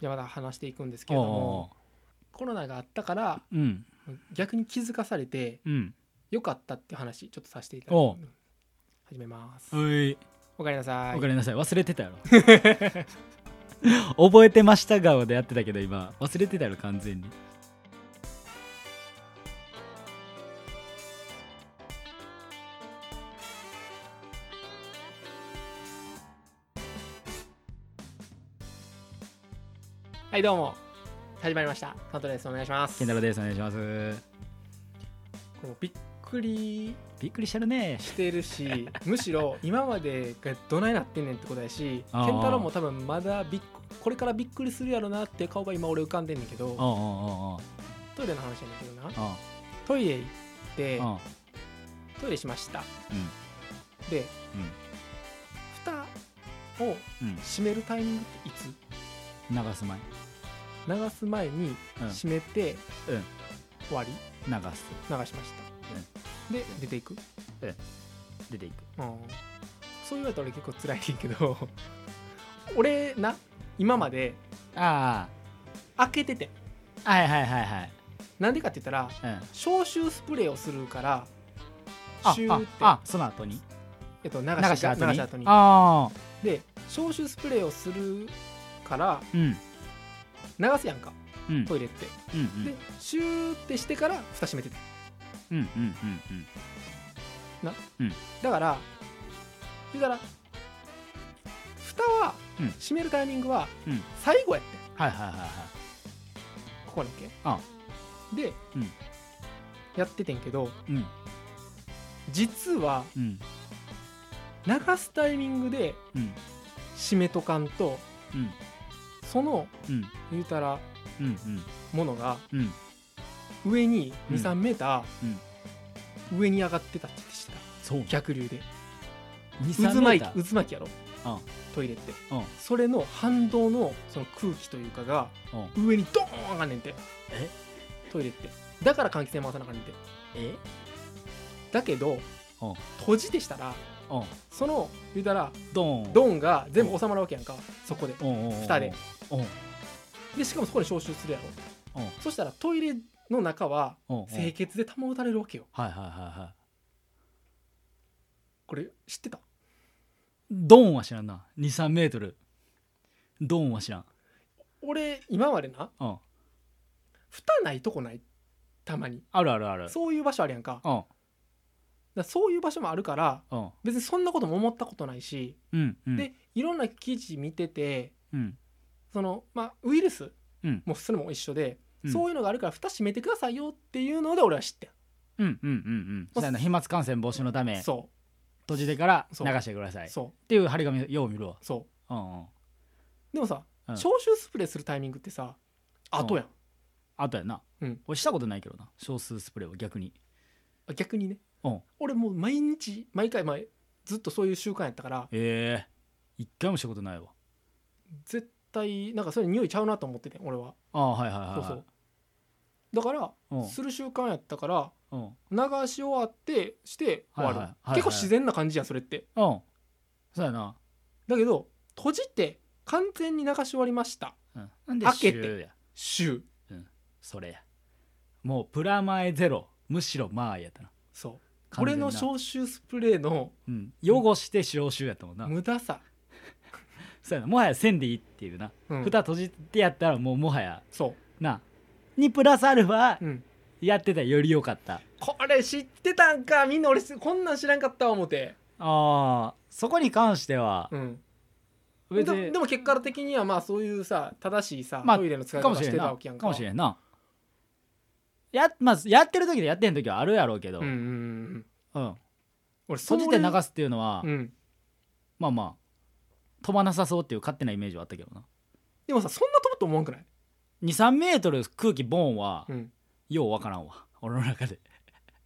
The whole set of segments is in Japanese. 山田話していくんですけれどもコロナがあったからうんうん逆に気づかされてうんよかったっていう話ちょっとさせていただきます始めますういおかえりなさいおかえりなさい忘れてたやろ 覚えてました顔でやってたけど今忘れてたやろ完全にはいどうも始まりましたサントですお願いします健太郎ですお願いしますこのびっくりびっくりしてるねしてるし むしろ今までがどないなってんねんってことやしあー健太郎も多分まだびっこれからびっくりするやろなって顔が今俺浮かんでんねんけうんどうんうんうんトイレの話やねんけどなうんトイレ行ってうんトイレしましたうんでうん蓋をうん閉めるタイミングっていつ流す前流す前にうん閉めて、うん終わり流す流しました、で出ていく、出ていくうん、そう言われたら俺結構辛いねんけど 俺な今まであ開けててあはいはいはいはいなんでかって言ったらうん消臭スプレーをするからあシューあってあその後にえっと、流流しした後流にした後にああで消臭スプレーをするからうん流すやんかうんトイレって、うんうんでシューってしてから蓋閉めててうんうんうんうんだから言うたら蓋はうん閉めるタイミングはうん最後やってんはいはいはいはいここだっけあで、うんやっててんけどうん実はうん流すタイミングでうん閉めとかんとうんそのうん言うたらうんものがうんうん上にうん23メーター上に上がってたってしてたそう逆流で23渦巻メーきター渦巻きやろうんトイレってうんそれの反動のその空気というかがうん上にドーン上がんねんてえトイレってだから換気扇回さなあかんねんてえだけどうん閉じてしたらうんその言うたらドーンドンンが全部収まるわけやんかそこでうんうんうん蓋でうんでしかもそこに消臭するやろうんそしたらトイレの中はうんうん清潔で保たれるわけよはいはいはいはいこれ知ってたドーンは知らんな23メートルドーンは知らん俺今までなうん蓋ないとこないたまにあるあるあるそういう場所あるやんかだかうんらそういう場所もあるからうん別にそんなことも思ったことないし、うんうんでいろんな記事見ててうんその、まあ、ウイルスうんもそれも一緒で、うんそういうのがあるから蓋閉めてくださいよっていうので俺は知ってんうんうんうんうんそうやな飛沫感染防止のためそ閉じてから流そうしてくださういっそていう張り紙よう見るわうそううんうんでもさ、うん消臭スプレーするタイミングってさ後やん、あとやなうん俺したことないけどな少数スプレーは逆にあ逆にね、うん俺もう毎日毎回前ずっとそういう習慣やったからええ一回もしたことないわ絶対なんかそれ匂いちゃうなと思ってて俺はああはいはいはいそうそうだから、うんする習慣やったからうん流し終わってして終わる、はいはいはいはい結構自然な感じやんそれってうんそうやなだけど閉じて完全に流し終わりましたうんなんで開けてシューや週それやもうプラマイゼロむしろまあやったなそう完俺全なの消臭スプレーのうん、汚して消臭やったもんな、無駄さ、そうやなもはや線でいいっていうな、うん蓋閉じてやったらもうもはやそなにプラスアルファう、うん、やってたらより良かったこれ知ってたんかみんな俺こんなん知らんかったわ思て、あーそこに関してはうん、で別でにも結果的にはまあそういうさ正しいさ、まあトイレの使いか方もししれてんたなわけやんかかもしれんなや,、まあ、やってる時とやってへん時はあるやろうけど、うんうんうんうんうん俺そ閉れじて流すっていうのは、うん、まあまあ飛ばなさそうっていう勝手なイメージはあったけどなでもさそんな飛ぶと思わんくない、 23メートル空気ボンは、うん、ようわからんわ俺の中で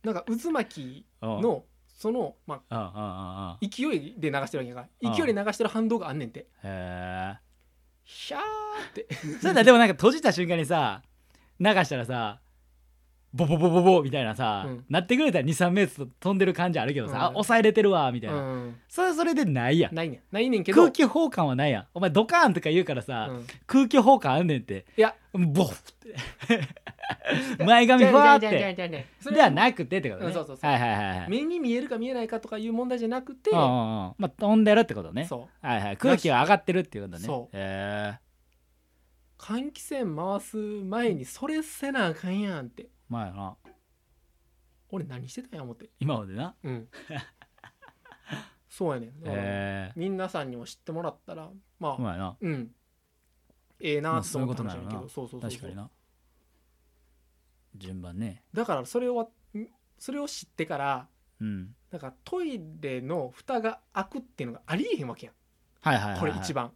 なんか渦巻きうんうんうんのその、まあ、うんうん勢いで流してるわけやから勢いで流してる反動があんねんてへえひゃーってそうだでもなんか閉じた瞬間にさ流したらさボボボボボみたいなさ、うんなってくれたら23メートル飛んでる感じあるけどさ、うんあ抑えれてるわみたいな、うんそれはそれでないやんないねんないねんけど空気砲感はないやんお前ドカーンとか言うからさ、うん空気砲感あんねんっていやボフって前髪ふわーっじゃあじゃあじゃあじゃあてじゃあねそれではなくてってことね、うんそうそうそうはいはいはいはい目に見えるか見えないかとかいう問題じゃなくてうんうんうんまあ飛んでるってことねそうはいはい空気は上がってるっていうことねそうへえ換気扇回す前にそれせなあかんやんってまあやな俺何してたんや思って今までなうんそうやねんだからへえみんなさんにも知ってもらったらまあまあやなうんええまなあって思った話そだういうことけなのどそうそうそう確そかうにな順番ねだからそれをんそれを知ってからうんだからトイレの蓋が開くっていうのがありえへんわけやんはいはいはいはいこれ一番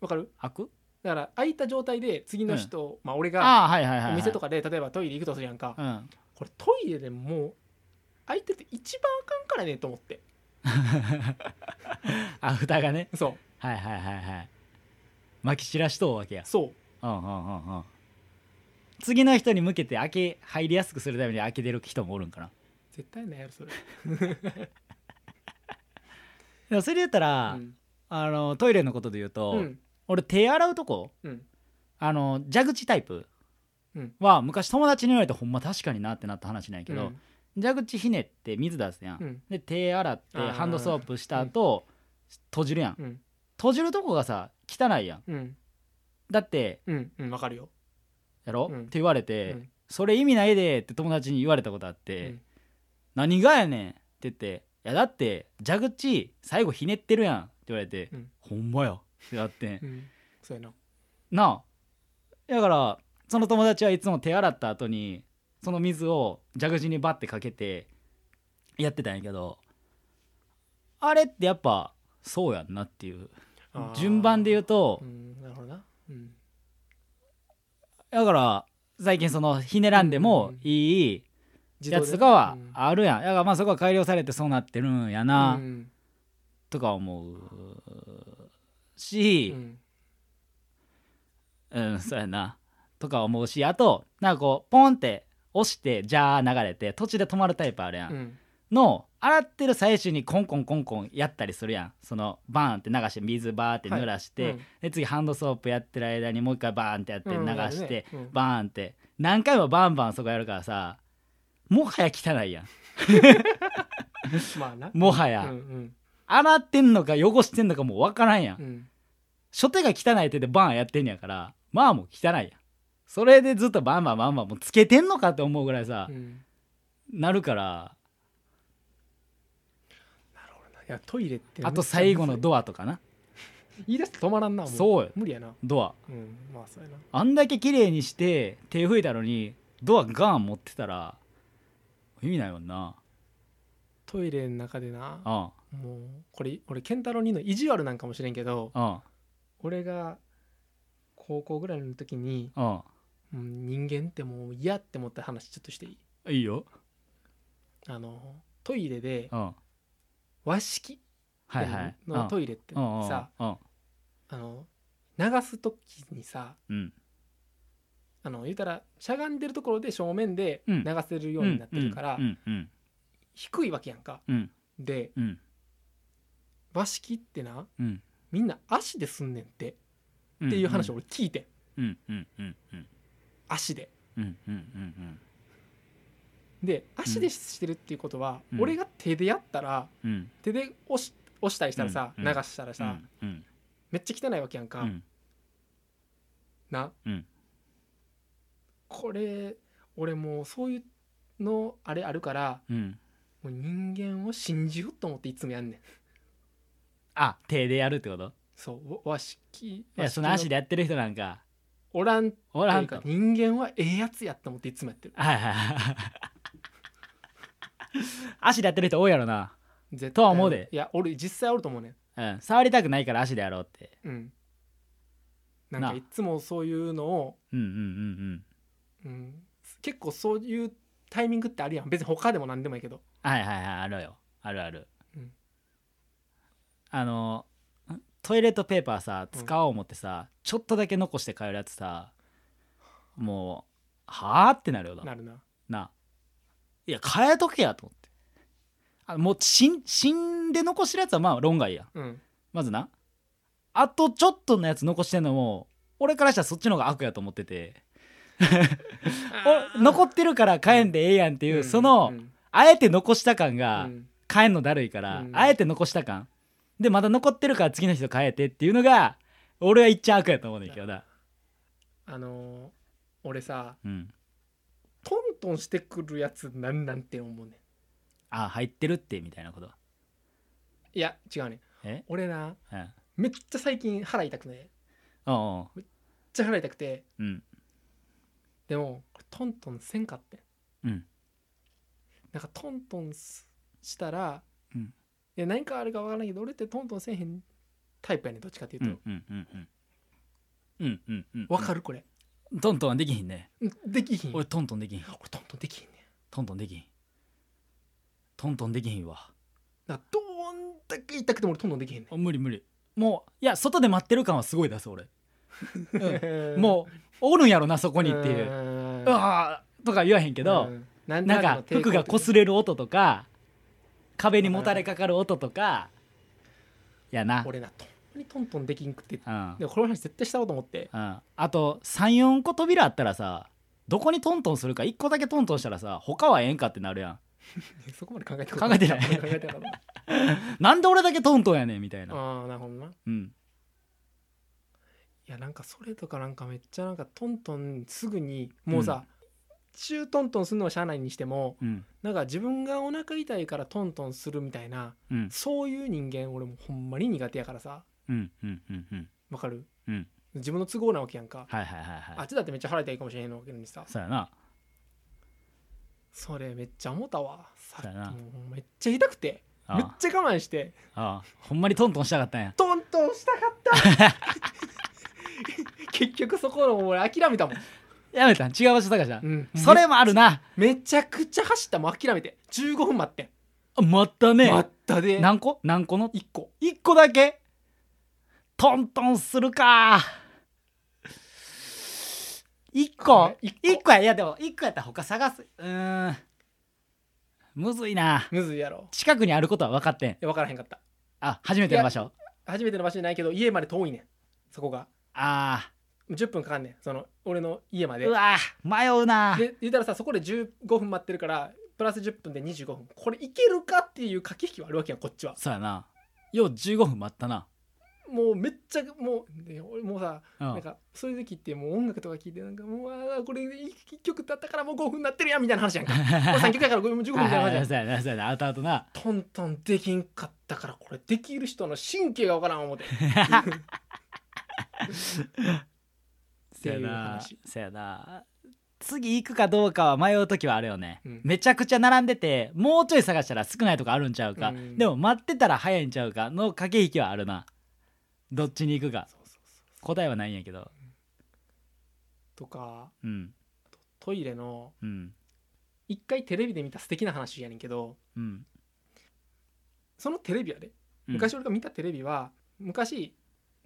わかる開くだから開いた状態で次の人、まあ俺がああはいはいはいはいお店とかで例えばトイレ行くとするやんか、うんこれトイレでもう開いてて一番あかんからねと思ってあ蓋がねそうはいはいはいはい撒き散らしとうわけやそううんうんうんうん次の人に向けて開け入りやすくするために開けてる人もおるんかな絶対ないやろそれ、でもそれで言ったら、うんあのトイレのことで言うと、うん俺手洗うとこうんあの蛇口タイプうんは昔友達に言われてほんま確かになってなった話なんやけうど、ん蛇口ひねって水出すやん、うんで手洗ってあーハンドソープした後、閉じるやんうん閉じるとこがさ汚いやんうんだってうんうんわかるよ、やろ、うんって言われて、うんそれ意味ないでって友達に言われたことあって、何がやねんって言って「いやだって蛇口最後ひねってるやん」って言われて「うんほんまや」ってなってんうんうんそうやななあだからその友達はいつも手洗った後にその水を蛇口にバッてかけてやってたんやけどあれってやっぱそうやんなっていうあー順番で言うとうんなるほどなうんだから最近そのひねらんでもいいやつとかは自動であるやんだからまあそこは改良されてそうなってるんやなうんとか思うし、うんうん、そうやな。とか思うし、あと、なんかこう、ポンって押して、じゃあ流れて、途中で止まるタイプあるやん。うんの、洗ってる最中にコンコンコンコンやったりするやん。その、バーンって流して、水バーって濡らして、うんで、次ハンドソープやってる間にもう一回バーンってやって、流して、うんバーンって、何回もバンバンそこやるからさ、もはや汚いやん。まあなもはや。うん洗ってんのか汚してんのかもうわからんやんうんうん初手が汚い手でバーンやってんやからまあもう汚いやんそれでずっとバンバンバンバンもうつけてんのかって思うぐらいさう、んなるからなるほどないやトイレってあと最後のアドアとかな言い出すと止まらんなもうそうよ無理やなドアうんまあそうやなあんだけ綺麗にして手拭いたのにドアガーン持ってたら意味ないもんなトイレの中でなうんもうこれ俺健太郎にの意地悪なんかもしれんけどうん俺が高校ぐらいの時に、うんうん、人間ってもう嫌って思った話ちょっとしていいいいよあのトイレでうん和式はいはいうんのトイレってうんうんさうんあの流す時にさうんあの言うたらしゃがんでるところで正面でうん流せるようになってるからうんうん低いわけやんか。うんでうん和式ってなうんみんな足ですんねんってうんっていう話を俺聞いてんうんうんうんうん足で。うんうんうんで足でしてるっていうことは、うん俺が手でやったらうんうん手で押し押したりしたらさ、うん流したらさ、うんうんめっちゃ汚いわけやんか、うんな、うんこれ俺もうそういうのあれあるからうんもう人間を信じようと思っていつもやんねんあ手でやるってことそうわ和式いやその和足式でやってる人なんかおらんとおらいんうとか人間はええやつやと思っていつもやってるはいはいはい 足でやってる人多いやろな、絶対とは思うでいや俺実際おると思うねんうん、触りたくないから足でやろうってうんなんかないつもそういうのをうんうんうんうんうん、結構そういうタイミングってあるやん別に他でも何でもいいけどはいはいはいあるよあるある、うんあのトイレットペーパーさ使おう思ってさ、ちょっとだけ残して帰るやつさもうはあってなるよななるなないや変えとけやと思ってあもう死ん死んで残してるやつはまあ論外やうんまずなあとちょっとのやつ残してんのも俺からしたらそっちの方が悪やと思っててお残ってるから変えんでええやんっていう、その、うんあえて残した感うがん変えんのだるいから、うんあえて残した感でまた残ってるから次の人変えてっていうのが俺は言っちゃ悪やと思うねんけどな、あのー俺さうん、トントンしてくるやつなんなんて思うねあ入ってるってみたいなことんいや違うねんえ俺なうんめっちゃ最近腹痛くねめっおうおちゃ腹痛くてううんでもこれトントンせんかってんうんなんかトントンすしたら、うんいや何かあるかわからないけど俺ってトントンせえへんタイプやねんどっちかっていううと、んうんうんうんうんうんうんわかるこれ、トントンはできひんねうんできひん俺トントンできひん俺トントンできひんねんトントンできひんトントンできひんわだからどんだけ痛くても俺トントンできへんねあ無理無理もういや外で待ってる感はすごい出 す俺、うんんもうおるんやろなそこにっていうううわーとか言わへんけけど、なんなんか服が擦れる音とか壁にもたれかかる音とかやな、俺なとんまにトントンできんくてうんでもこの話絶対したこと思ってうん、あと34個扉あったらさどこにトントンするか1個だけトントンしたらさ他はええんかってなるやんそこまで考えて考えてない考えてな かったなんで俺だけトントンやねんみたいな、ああなるほどないうん、やなんかそれとかなんかめっちゃなんかトントンすぐにもうさ、中トントンするのはしゃあないにしてもうんなんか自分がお腹痛いからトントンするみたいなうんそういう人間俺もうほんまに苦手やからさうんうんうんうんわかる、うん自分の都合なわけやんか、はいはいはいあはっいちだってめっちゃ腹痛いかもしれへんのわけにさそうやなそれめっちゃ思ったわさっそうやなきもうめっちゃ痛くてあめっちゃ我慢してああほんまにトントンしたかったんやトントンしたかった 結局そこの俺諦めたもん、やめたん違う場所探した、うんそれもあるなめめちゃくちゃ走ったもん諦めて15分待ってあまたんね待ったで何個何個の1個1個だけトントンするか1個これ一個1個やいやでも1個やったら他探すうーんむずいなむずいやろ近くにあることは分かってんいや分からへんかったあ初めての場所初めての場所じゃないけど家まで遠いねんそこがあ10分かかんねんその俺の家まーでうわ迷うなで言ったらさそこで15分待ってるからプラス10分で25分これいけるかっていう駆け引きはあるわけやんこっちはそうやなよう15分待ったなもうめっちゃもうで俺もうさうんなんかそういう時ってもう音楽とか聞いてなんかもうあーこれ1曲だったからもう5分なってるやんみたいな話や んかもう3曲やから5分15分みたいな話やはいはいん そうやなそうやな後々なトントンできんかったからこれできる人の神経がわからん思ってってせやいうな話せやな次行くかどうかは迷う時はあるよね、うんめちゃくちゃ並んでてもうちょい探したら少ないとかあるんちゃうか、うんでも待ってたら早いんちゃうかの駆け引きはあるなどっちに行くかそうそうそう答えはないんやけどとかうんトイレのうん一回テレビで見た素敵な話やねんけどうんそのテレビやで昔俺が見たテレビは昔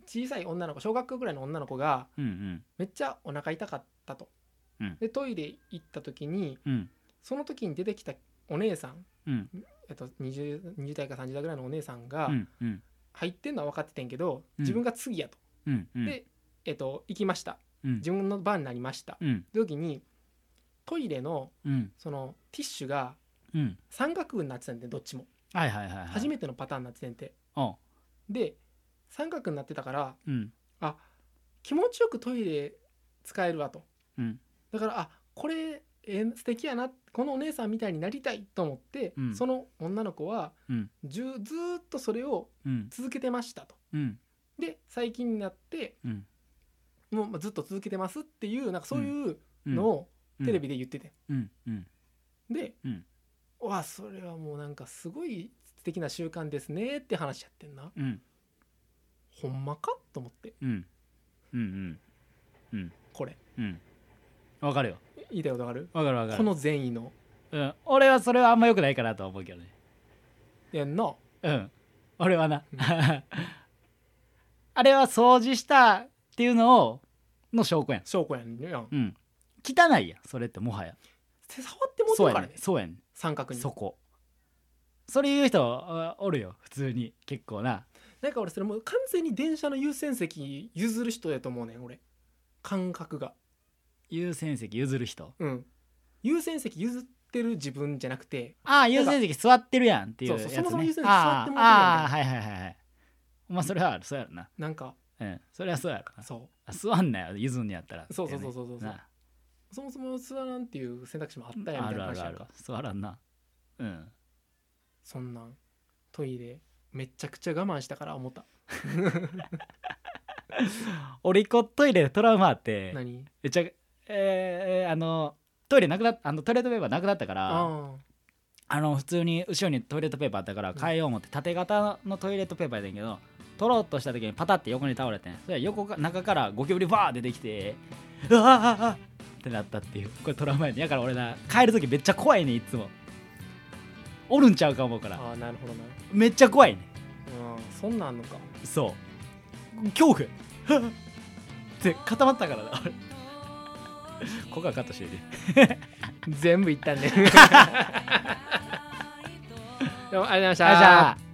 小さい女の子小学校ぐらいの女の子がうんうんめっちゃお腹痛かったと、うんでトイレ行った時にうんその時に出てきたお姉さん、うんえっと、20, 20代か30代ぐらいのお姉さんうがんうん入ってんのは分かっててんけど、うん自分が次やと、うんうんで、えっと、行きましたうん自分の番になりました、うんで時にトイレのうんそのティッシュがうん三角になってたんでどっちもはいはいはいはい初めてのパターンになっててんて、おで三角になってたからうんあ気持ちよくトイレ使えるわとうんだからあこれ、えー素敵やなこのお姉さんみたいになりたいと思って、うんその女の子は、うんじゅずーっとそれをうん続けてましたと。うんで最近になってうんもうまあずっと続けてますっていうなんかそういううんのをうんテレビで言ってて、うんうんで、うんうわそれはもうなんかすごい素敵な習慣ですねって話やってんなうんほんまかと思ってうんうんうんこれうんわかるよ言いたいことわかるわかるわかるこの善意のうん、俺はそれはあんま良くないかなとは思うけどねやんなうん俺はな うんあれは掃除したっていうのをの証拠やん証拠やんやんうん汚いやんそれってもはや素手触ってもうてそうるやかねらんねそうやねん三角にそこそれ言う人はあおるよ普通に結構ななんか俺それもう完全に電車の優先席譲る人やと思うねん俺感覚が優先席譲る人うん優先席譲ってる自分じゃなくてああ優先席座ってるやんっていうそやうそうつ、ね、そもそも優先席座あってーもらっあーてはいはいはいはいまあそれはあるそうやろななんかうんそれはそうやろなそあ座んなよ譲んねやったらうそうそうそうそうそうなそもそも座らんっていう選択肢もあったやんあみたいなる話あるあやんるか座らんなうんそんなんトイレめちゃくちゃ我慢したから思った俺一個トイレでトラウマあって何めっちゃえー、あのトイレなくなっあのトイレットペーパーなくなったからああの普通に後ろにトイレットペーパーあったから変えよう思って縦型のトイレットペーパーやったんやけど取ろうとした時にパタって横に倒れてんそれ横か中からゴキブリバー出てきてうわあああってなったっていうこれトラウマやねだから俺な帰る時めっちゃ怖いねいつもおるんちゃうか思うかあらああなるほどなめっちゃ怖いねうんそんなんあんのかそう恐怖 って固まったからな俺ここはカットしてる 全部いったんでどうもありがとうございましたあじゃあ